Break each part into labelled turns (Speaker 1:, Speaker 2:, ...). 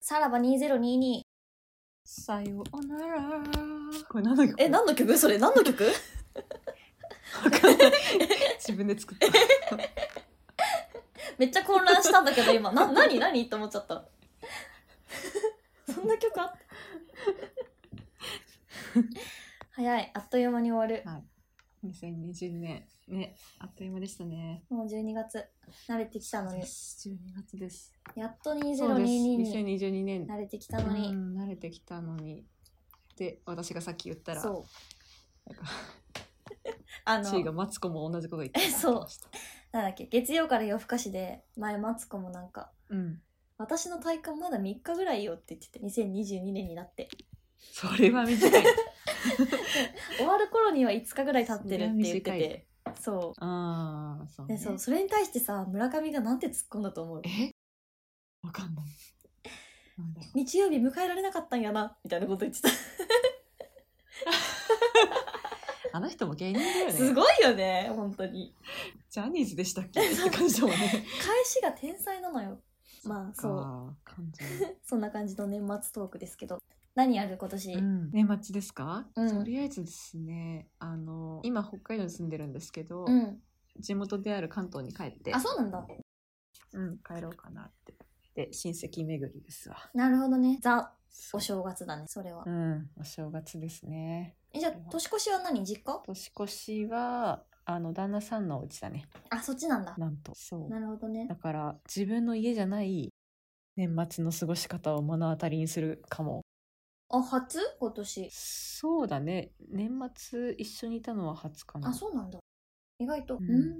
Speaker 1: さらば2022。
Speaker 2: さようなら。これ何だっけ
Speaker 1: え、何の曲それ何の曲
Speaker 2: わかんない。自分で作った。
Speaker 1: めっちゃ混乱したんだけど今。な、何何って思っちゃった。そんな曲あった早い。あっという間に終わる。
Speaker 2: 2020年。ね、あっという間でしたね。
Speaker 1: もう12月。慣れてきたのに
Speaker 2: で。す12月です。
Speaker 1: やっと
Speaker 2: そう
Speaker 1: 2022
Speaker 2: です。
Speaker 1: に
Speaker 2: 2022年。
Speaker 1: 慣れてきたの
Speaker 2: う
Speaker 1: に。
Speaker 2: ん慣れてきたのに。で、私がさっき言ったら、
Speaker 1: そう。
Speaker 2: なんか
Speaker 1: あ
Speaker 2: 地位が
Speaker 1: の、
Speaker 2: マツコも同じこと言って
Speaker 1: えそう
Speaker 2: ました。
Speaker 1: なんだっけ、月曜から夜更かしで、前、マツコもなんか、
Speaker 2: うん。
Speaker 1: 私の体感まだ3日ぐらいよって言ってて、2022年になって。
Speaker 2: それは短い。
Speaker 1: 終わる頃には5日ぐらい経ってるって言って
Speaker 2: それは短い
Speaker 1: てそ
Speaker 2: ああ、そう、
Speaker 1: うで
Speaker 2: ね。
Speaker 1: そうそれに対してさ村上がなんて突っ込んだと思う
Speaker 2: えわかんない。なんだろう
Speaker 1: 日曜日迎えられなかったんやなみたいなこと言ってた、
Speaker 2: あの人も芸人だよね。
Speaker 1: すごいよね本当に
Speaker 2: ジャニーズでしたっけって感じだもんね。
Speaker 1: 返しが天才なのよまあそう
Speaker 2: う。感じ。
Speaker 1: そんな感じの年末トークですけど何やる今年、
Speaker 2: うん、年末ですか、
Speaker 1: うん
Speaker 2: とりあえずですねあの今北海道に住んでるんですけど、
Speaker 1: うん
Speaker 2: 地元である関東に帰って
Speaker 1: あそうなんだ
Speaker 2: うん、帰ろうかなってで親戚巡りですわ
Speaker 1: なるほどねザお正月だねそれは、
Speaker 2: うんお正月ですね
Speaker 1: えじゃあ年越しは何実家
Speaker 2: 年越しはあの旦那さんのお家だね
Speaker 1: あそっちなんだ
Speaker 2: なんとそう
Speaker 1: なるほどね
Speaker 2: だから自分の家じゃない年末の過ごし方を目の当たりにするかも
Speaker 1: あ初今年
Speaker 2: そうだね年末一緒にいたのは初かな
Speaker 1: あそうなんだ意外と
Speaker 2: うん
Speaker 1: うん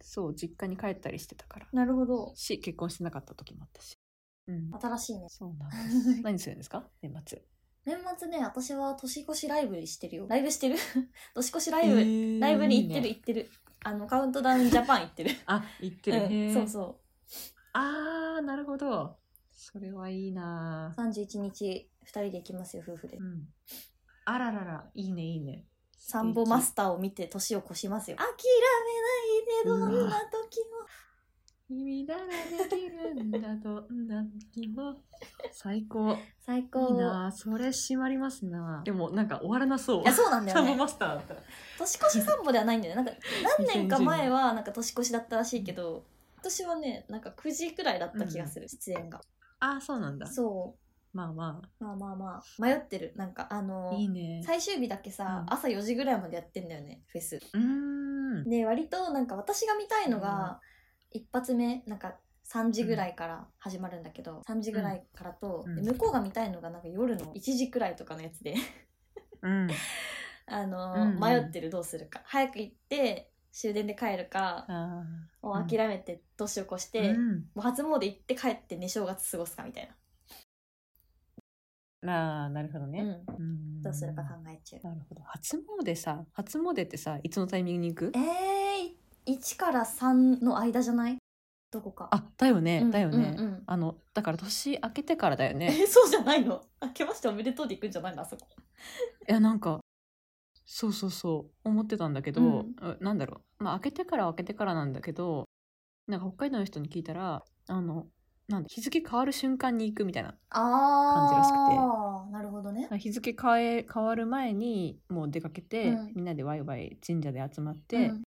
Speaker 2: そう実家に帰ったりしてたから
Speaker 1: なるほど
Speaker 2: し結婚してなかった時もあったし、うん、
Speaker 1: 新しいね
Speaker 2: そうなん です何するんですか年末
Speaker 1: 年末ね私は年越しライブしてるよライブしてる 年越しライブ、ライブに行ってる
Speaker 2: いいね
Speaker 1: 行ってるあのカウントダウンジャパン行ってる
Speaker 2: あ行ってるね、
Speaker 1: うん、そうそう
Speaker 2: あーなるほどそれはいいな
Speaker 1: 31日2人で行きますよ夫婦で
Speaker 2: うんあらららいいねいいね
Speaker 1: サンボマスターを見て年を越しますよ諦めないでどんな時も
Speaker 2: 君ならできるんだどんな時も最高
Speaker 1: 最高
Speaker 2: いいなそれ締まりますなでもなんか終わらなそう
Speaker 1: いやそうなんだ
Speaker 2: サ
Speaker 1: よ
Speaker 2: ンボ
Speaker 1: ね
Speaker 2: マスターだったら
Speaker 1: 年越し散歩ではないんだよねなんか何年か前はなんか年越しだったらしいけど今年はねなんか9時くらいだった気がする、出演が
Speaker 2: あーそうなんだ
Speaker 1: そ
Speaker 2: まあま
Speaker 1: うまあまあまあ迷ってるなんかあの
Speaker 2: あいいね
Speaker 1: 最終日だけさ、
Speaker 2: うん
Speaker 1: 朝4時ぐらいまでやってんだよねフェス
Speaker 2: うーん
Speaker 1: で割となんか私が見たいのが、一発目なんか3時ぐらいから始まるんだけど、3時ぐらいからと、
Speaker 2: うん
Speaker 1: で向こうが見たいのがなんか夜の1時くらいとかのやつで
Speaker 2: うん
Speaker 1: あの、
Speaker 2: うんうん
Speaker 1: 迷ってるどうするか早く行って終電で帰るか
Speaker 2: あ
Speaker 1: を諦めて年を越し
Speaker 2: ー
Speaker 1: て、
Speaker 2: うん
Speaker 1: もう初詣行って帰ってね正月過ごすかみたい
Speaker 2: ああ、なるほど
Speaker 1: な、
Speaker 2: ね。
Speaker 1: うん、
Speaker 2: ん
Speaker 1: どうするか考え中、
Speaker 2: なるほど。初詣さ、初詣ってさ、いつのタイミングに行く
Speaker 1: えー、1から3の間じゃないどこか
Speaker 2: あ、だよね、
Speaker 1: うん
Speaker 2: だよね。
Speaker 1: うんうん
Speaker 2: あの、だから年明けてからだよね。
Speaker 1: えそうじゃないの明けましておめでとうで行くんじゃないのあそこ
Speaker 2: いや、なんか、そうそうそう、思ってたんだけど、
Speaker 1: うん
Speaker 2: うなんだろう。まあ、明けてからは明けてからなんだけど、なんか北海道の人に聞いたら、あの、なんだ日付変わる瞬間に行くみたいな。
Speaker 1: あ
Speaker 2: じらしくて
Speaker 1: あなるほどね
Speaker 2: 日付変え変わる前にもう出かけて、
Speaker 1: うん
Speaker 2: みんなでワイワイ神社で集まって、
Speaker 1: うん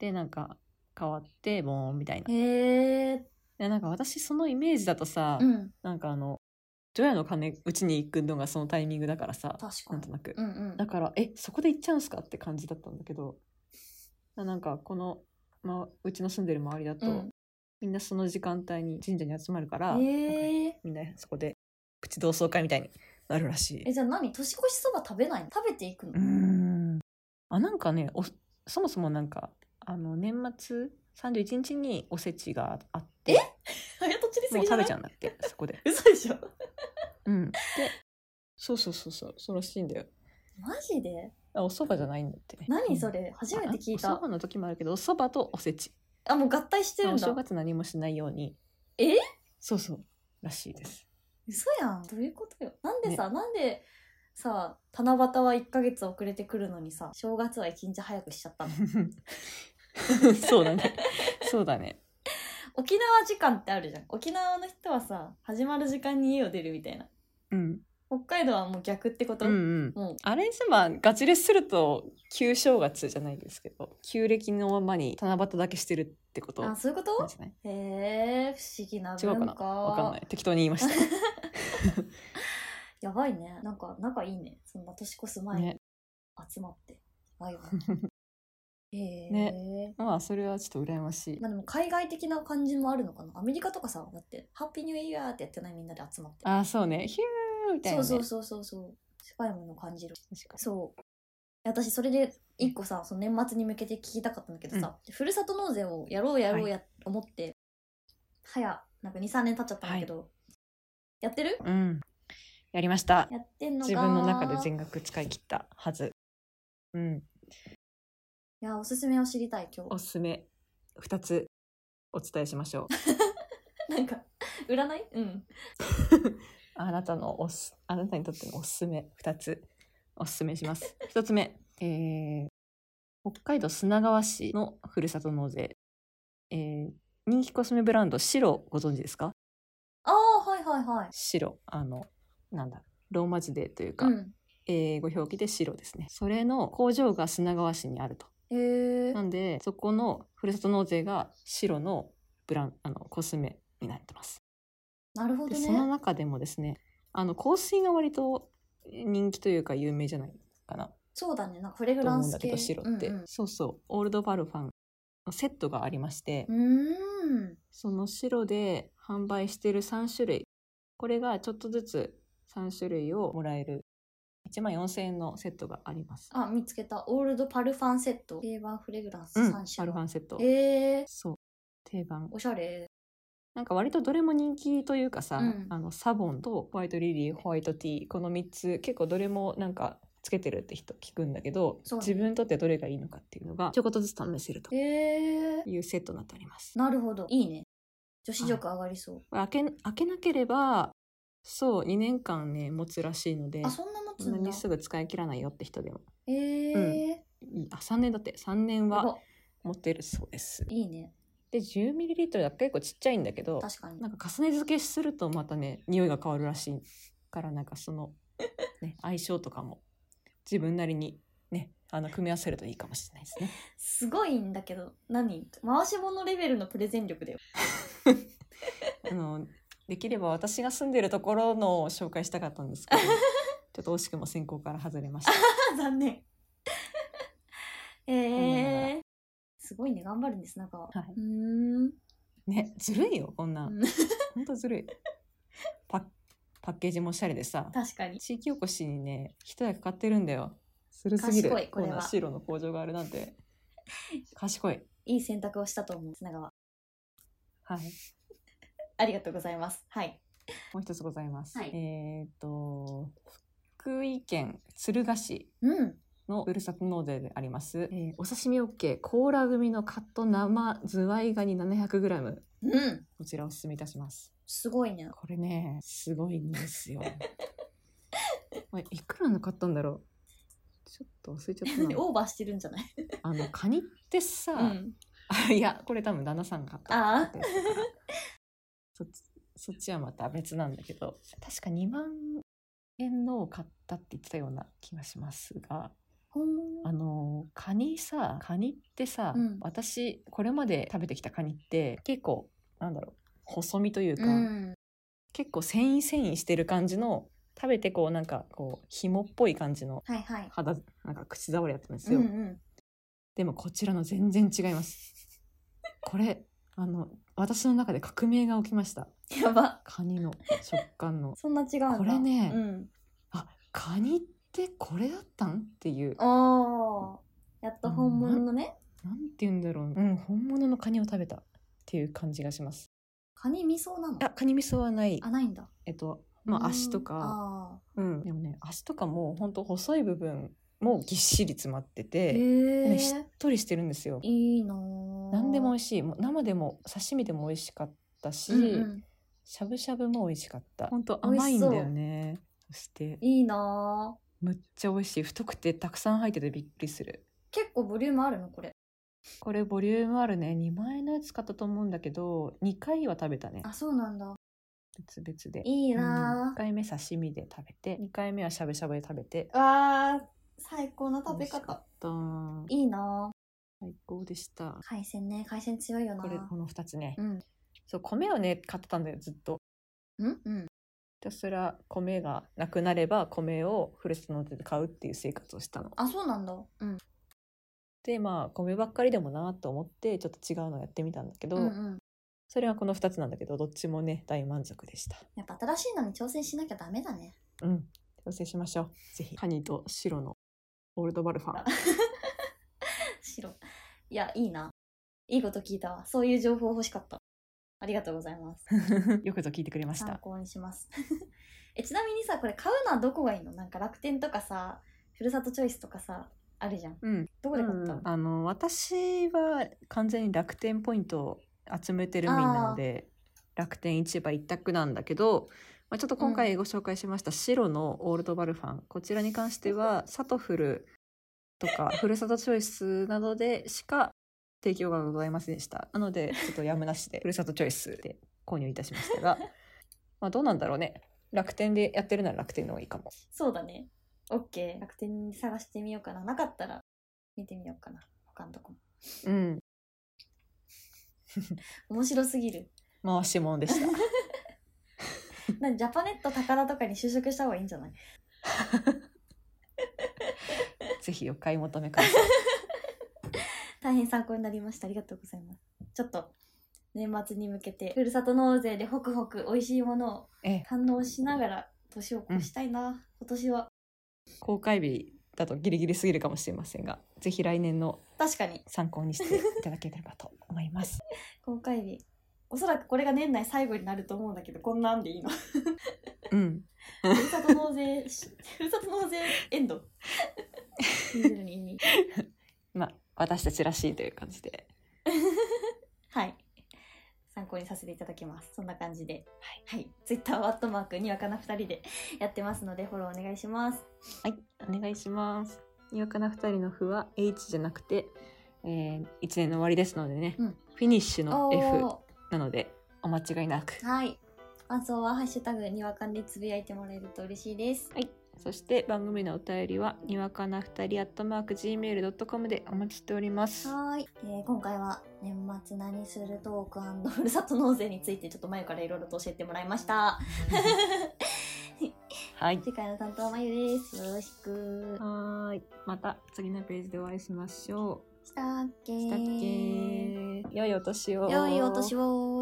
Speaker 2: でなんか変わってボーンみたいな。
Speaker 1: へえ
Speaker 2: でなんか私そのイメージだとさ、
Speaker 1: うん
Speaker 2: なんかあの除夜の鐘うちに行くのがそのタイミングだからさ
Speaker 1: 確か
Speaker 2: なんと
Speaker 1: に
Speaker 2: なく、
Speaker 1: うんうん
Speaker 2: だからえそこで行っちゃうんすかって感じだったんだけどななんかこの、まあ、うちの住んでる周りだと、
Speaker 1: うん
Speaker 2: みんなその時間帯に神社に集まるから、なんか
Speaker 1: へえ
Speaker 2: みんなそこでプチ同窓会みたいになるらしい
Speaker 1: え。じゃあ何年越しそば食べないの食べていくの
Speaker 2: うーんあなんかねおそもそもなんかあの年末31日におせちがあって
Speaker 1: あやとちりす
Speaker 2: も
Speaker 1: ぎ
Speaker 2: う
Speaker 1: じゃな
Speaker 2: 食べ
Speaker 1: い
Speaker 2: ちゃうんだってそこで。
Speaker 1: 嘘でしょ
Speaker 2: うん、でそうそうそうそうそうらしいんだよ
Speaker 1: マジで
Speaker 2: あお蕎麦じゃないんだって
Speaker 1: 何そ
Speaker 2: れ
Speaker 1: れ初めて聞い
Speaker 2: お
Speaker 1: た
Speaker 2: 蕎麦の時もあるけどお蕎麦とおせち
Speaker 1: あもう合体してるん
Speaker 2: お
Speaker 1: だ
Speaker 2: 正月何もしないように
Speaker 1: え
Speaker 2: そうそうらし いです
Speaker 1: 嘘やんどういうことよなんでさなんでさ七夕は1ヶ月遅れてくるのにさ正月は1日早くしちゃったの
Speaker 2: そうだねそうだね
Speaker 1: 沖縄時間ってあるじゃん沖縄の人はさ始まる時間に家を出るみたいな
Speaker 2: うん
Speaker 1: 北海道はもう逆ってこと、
Speaker 2: うんうん
Speaker 1: もう
Speaker 2: あれさまあガチレスすると旧正月じゃないですけど旧暦のままに七夕だけしてるってことな
Speaker 1: あ
Speaker 2: んじ
Speaker 1: そういうこと
Speaker 2: ゃない
Speaker 1: へえ不思議な
Speaker 2: 違うか
Speaker 1: 文
Speaker 2: な
Speaker 1: 化
Speaker 2: わかんない適当に言いました
Speaker 1: やばいねなんか仲いいねそんな年越す前に
Speaker 2: ね
Speaker 1: 集まって、やばいわへ え、
Speaker 2: まあそれはちょっと羨ましい
Speaker 1: まあでも海外的な感じもあるのかなアメリカとかさだって「ハッピーニューイヤー」ってやってないみんなで集まって
Speaker 2: あそうねヒューみたいな、
Speaker 1: そう
Speaker 2: ね、
Speaker 1: そうそうそうそう近いものを感じる
Speaker 2: 確かに
Speaker 1: そう私それで一個さその年末に向けて聞きたかったんだけどさ、ふるさと納税をやろうやろうや、思って早なんか23年経っちゃったんだけど、やってる
Speaker 2: うんやりました
Speaker 1: やってんのか
Speaker 2: 自分の中で全額使い切ったはずうん
Speaker 1: いやおすすめを知りたい今
Speaker 2: お
Speaker 1: 日
Speaker 2: すすめ2つお伝えしましょう
Speaker 1: なんか 占いうん
Speaker 2: あなたのおすあなたにとってのおすすめ2つおすすめします1つ目、えー北海道砂川市のふるさと納税、えー人気コスメブランドシロご存知ですか
Speaker 1: ああはいはいはい
Speaker 2: シロあのなんだローマ字でというか、
Speaker 1: うん
Speaker 2: 英語表記で白ですねそれの工場が砂川市にあると
Speaker 1: へえ
Speaker 2: なんでそこのふるさと納税が白のブランあのコスメになってます
Speaker 1: なるほ
Speaker 2: で
Speaker 1: ど
Speaker 2: その
Speaker 1: ね
Speaker 2: 中でもですねあの香水が割と人気というか有名じゃないかな
Speaker 1: そうだねなんかフレグ
Speaker 2: と
Speaker 1: ラ
Speaker 2: 思
Speaker 1: ン
Speaker 2: うん
Speaker 1: ス
Speaker 2: だ
Speaker 1: 系
Speaker 2: けど白って、
Speaker 1: うん
Speaker 2: そうそうオールドパルファンのセットがありまして、
Speaker 1: うん、うーん
Speaker 2: その白で販売してる3種類これがちょっとずつ3種類をもらえる1万4000円のセットがあります
Speaker 1: あ見つけたオールドパルファンセット定番フレグランス
Speaker 2: うん、
Speaker 1: 3
Speaker 2: パ
Speaker 1: 種
Speaker 2: ルフ
Speaker 1: 類、
Speaker 2: ァンセット、
Speaker 1: へえ
Speaker 2: そう定番
Speaker 1: おしゃれ
Speaker 2: なんか割とどれも人気というかさ、
Speaker 1: うん
Speaker 2: あのサボンとホワイトリリーホワイトティーこの3つ結構どれもなんかつけてるって人聞くんだけど、
Speaker 1: そうね
Speaker 2: 自分にとってどれがいいのかっていうのがちょこっとずつ試せると
Speaker 1: へえ
Speaker 2: いうセットになっております。
Speaker 1: なるほどいいね女子力上がりそう、
Speaker 2: これ開け開けなければそう2年間ね持つらしいので
Speaker 1: あそんな持つ
Speaker 2: そんなん
Speaker 1: だ
Speaker 2: にすぐ使い切らないよって人でも
Speaker 1: へえ、
Speaker 2: いいあ3年だって3年
Speaker 1: や
Speaker 2: は
Speaker 1: ば
Speaker 2: 持ってるそうです。
Speaker 1: いいね
Speaker 2: で 10ml だと結構ちっちゃいんだけど
Speaker 1: 確かに
Speaker 2: なんか重ね付けするとまたね匂いが変わるらしいからなんかその、 ね、相性とかも自分なりにねあの組み合わせるといいかもしれないです ね。
Speaker 1: すごいんだけど何回し物レベルのプレゼン力だよ
Speaker 2: あのできれば私が住んでるところのを紹介したかったん ですけどちょっと惜しくも選考から外れました。
Speaker 1: あ残念
Speaker 2: な
Speaker 1: へ
Speaker 2: が
Speaker 1: えすごいね頑張るんですなんか、は
Speaker 2: はいう
Speaker 1: ーん
Speaker 2: ねずるいよこんなん
Speaker 1: うん
Speaker 2: ほんとずるい。パッパッケージもおしゃれでさ
Speaker 1: 確かに
Speaker 2: 地域おこしにね一役買ってるんだよ。するすぎる
Speaker 1: 賢いこれは
Speaker 2: んな白の工場があるな んて賢い。
Speaker 1: いい選択をしたと思う砂川
Speaker 2: はい
Speaker 1: ありがとうございますはい
Speaker 2: もう一つございます。
Speaker 1: はい
Speaker 2: えっ、と福井県敦賀市
Speaker 1: うん
Speaker 2: のふるさと納税であります、えーお刺身 OK 甲羅組のカット生ズワイガニ 700g
Speaker 1: うん
Speaker 2: こちらおすすめいたします
Speaker 1: すごいね
Speaker 2: これねすごいんです よこれいくらの買ったんだろうちょっと忘れちゃったな
Speaker 1: オーバーしてるんじゃない
Speaker 2: あのカニってさ、
Speaker 1: うん
Speaker 2: あ いやこれ多分旦那さんが買った
Speaker 1: ああ
Speaker 2: 買ったやつだからそっち そっちはまた別なんだけど確か2万円のを買ったって言ってたような気がしますが
Speaker 1: ほん
Speaker 2: あのカニさカニってさ、
Speaker 1: うん
Speaker 2: 私これまで食べてきたカニって結構なんだろう細身というか、
Speaker 1: うん
Speaker 2: 結構繊維繊維してる感じの食べてこうなんかこう紐っぽい感じの
Speaker 1: はいはい
Speaker 2: 肌なんか口触りだったんです
Speaker 1: うん
Speaker 2: よ、
Speaker 1: うん
Speaker 2: でもこちらの全然違います。これあの私の中で革命が起きました。
Speaker 1: やば
Speaker 2: カニの食感の
Speaker 1: そんな違うんだ
Speaker 2: これね
Speaker 1: うん
Speaker 2: あカニってこれだったんっていう
Speaker 1: おーやっと本物のね、
Speaker 2: なんて言うんだろううん本物のカニを食べたっていう感じがします。
Speaker 1: カニ味噌なの
Speaker 2: あカニ味噌はない
Speaker 1: あないんだ
Speaker 2: えっとま
Speaker 1: うん
Speaker 2: あ足とか
Speaker 1: あ
Speaker 2: うんでもね足とかも本当細い部分もぎっしり詰まって
Speaker 1: ー
Speaker 2: て、
Speaker 1: へ
Speaker 2: ね、し
Speaker 1: え
Speaker 2: っとりしてるんですよ。
Speaker 1: いいなー
Speaker 2: 何でも美味しいもう生でも刺身でも美味しかったし。
Speaker 1: うんうん
Speaker 2: しゃぶしゃぶも美味しかった本当
Speaker 1: 美味
Speaker 2: 甘い
Speaker 1: し
Speaker 2: ん
Speaker 1: そう
Speaker 2: だよねそして
Speaker 1: いいなー
Speaker 2: むっちゃ美味しい太くてたくさん入っててびっくりする
Speaker 1: 結構ボリュームあるのこれ
Speaker 2: これボリュームあるね2万円のやつ買ったと思うんだけど2回は食べたね
Speaker 1: あそうなんだ
Speaker 2: 別々で
Speaker 1: いい
Speaker 2: うん
Speaker 1: な
Speaker 2: 1回目刺身で食べて2回目はしゃぶしゃぶで食べて
Speaker 1: ーわー最高な食
Speaker 2: 美
Speaker 1: べ
Speaker 2: 味しか
Speaker 1: 方
Speaker 2: った
Speaker 1: いいな
Speaker 2: 最高でした
Speaker 1: ー海鮮ね海鮮強いよな
Speaker 2: これこの2つね
Speaker 1: うん
Speaker 2: そう米をね買ってたんだよずっと
Speaker 1: うんうん
Speaker 2: ひたすら米がなくなれば米をふるさと納税で買うっていう生活をしたの
Speaker 1: あそうなんだうん
Speaker 2: でまあ米ばっかりでもなと思ってちょっと違うのやってみたんだけど、
Speaker 1: うんうん
Speaker 2: それはこの2つなんだけどどっちもね大満足でした
Speaker 1: やっぱ新しいのに挑戦しなきゃダメだね
Speaker 2: うん調整しましょうぜひハニーと白のオールドバルファン
Speaker 1: 白いやいいないいこと聞いたわそういう情報欲しかったありがとうございます
Speaker 2: よくぞ聞いてくれまし
Speaker 1: 参
Speaker 2: た
Speaker 1: 考にします えちなみにさこれ買うのはどこがいいのなんか楽天とかさふるさとチョイスとかさあるじゃん
Speaker 2: うん
Speaker 1: どこで買ったの、
Speaker 2: あの私は完全に楽天ポイントを集めてる身なので楽天市場一択なんだけど、まあ、ちょっと今回ご紹介しました白のオールドバルファン、こちらに関してはサトフルとかふるさとチョイスなどでしか提供がございませんでしたなのでちょっとやむな しでふるさとチョイスで購入いたしましたがまあどうなんだろうね楽天でやってるなら楽天の方がいいかも
Speaker 1: そうだね。オッケー。楽天に探してみようかな。なかったら見てみようかな。他のとこも。
Speaker 2: うん
Speaker 1: 面白すぎ る。
Speaker 2: 回し物でした
Speaker 1: なジャパネット高田とかに就職した方がいいんじゃない
Speaker 2: ぜひお買い求めください
Speaker 1: 大変参考になりました。ありがとうございます。ちょっと年末に向けて、ふるさと納税でホクホク美味しいものを
Speaker 2: ええ
Speaker 1: 堪能しながら年を越したいな。今年は。
Speaker 2: 公開日だとギリギリすぎるかもしれませんがぜひ来年の
Speaker 1: 確かに
Speaker 2: 参考にしていただければと思います
Speaker 1: 公開日。おそらくこれが年内最後になると思うんだけど、こんなんでいいのふ
Speaker 2: うん
Speaker 1: るさと納税し、 ふるさと納税エンド。2022。
Speaker 2: まあ私たちらしいという感じで
Speaker 1: はい。参考にさせていただきます。そんな感じで。はい。はい、ツイッターはアットマークにわかな2人でやってますので、フォローお願いします。
Speaker 2: はいお願いしますにわかな2人の「ふ」は H じゃなくて、え1年の終わりですのでね、
Speaker 1: うん
Speaker 2: フィニッシュの F
Speaker 1: お
Speaker 2: なのでお間違いなく
Speaker 1: ーはい。感想はハッシュタグにわかんでつぶやいてもらえると嬉しいです。
Speaker 2: そして番組のお便りはにわかな2人 at mark gmail.com でお待ちしております
Speaker 1: はーい、えー今回は年末何するトークふるさと納税についてちょっと前からいろいろと教えてもらいま した。
Speaker 2: はい
Speaker 1: 次回の担当はまゆです。よろしく。
Speaker 2: はーいまた次のページでお会いしましょう
Speaker 1: したっけー
Speaker 2: したっけ良いお年を
Speaker 1: 良いお年を。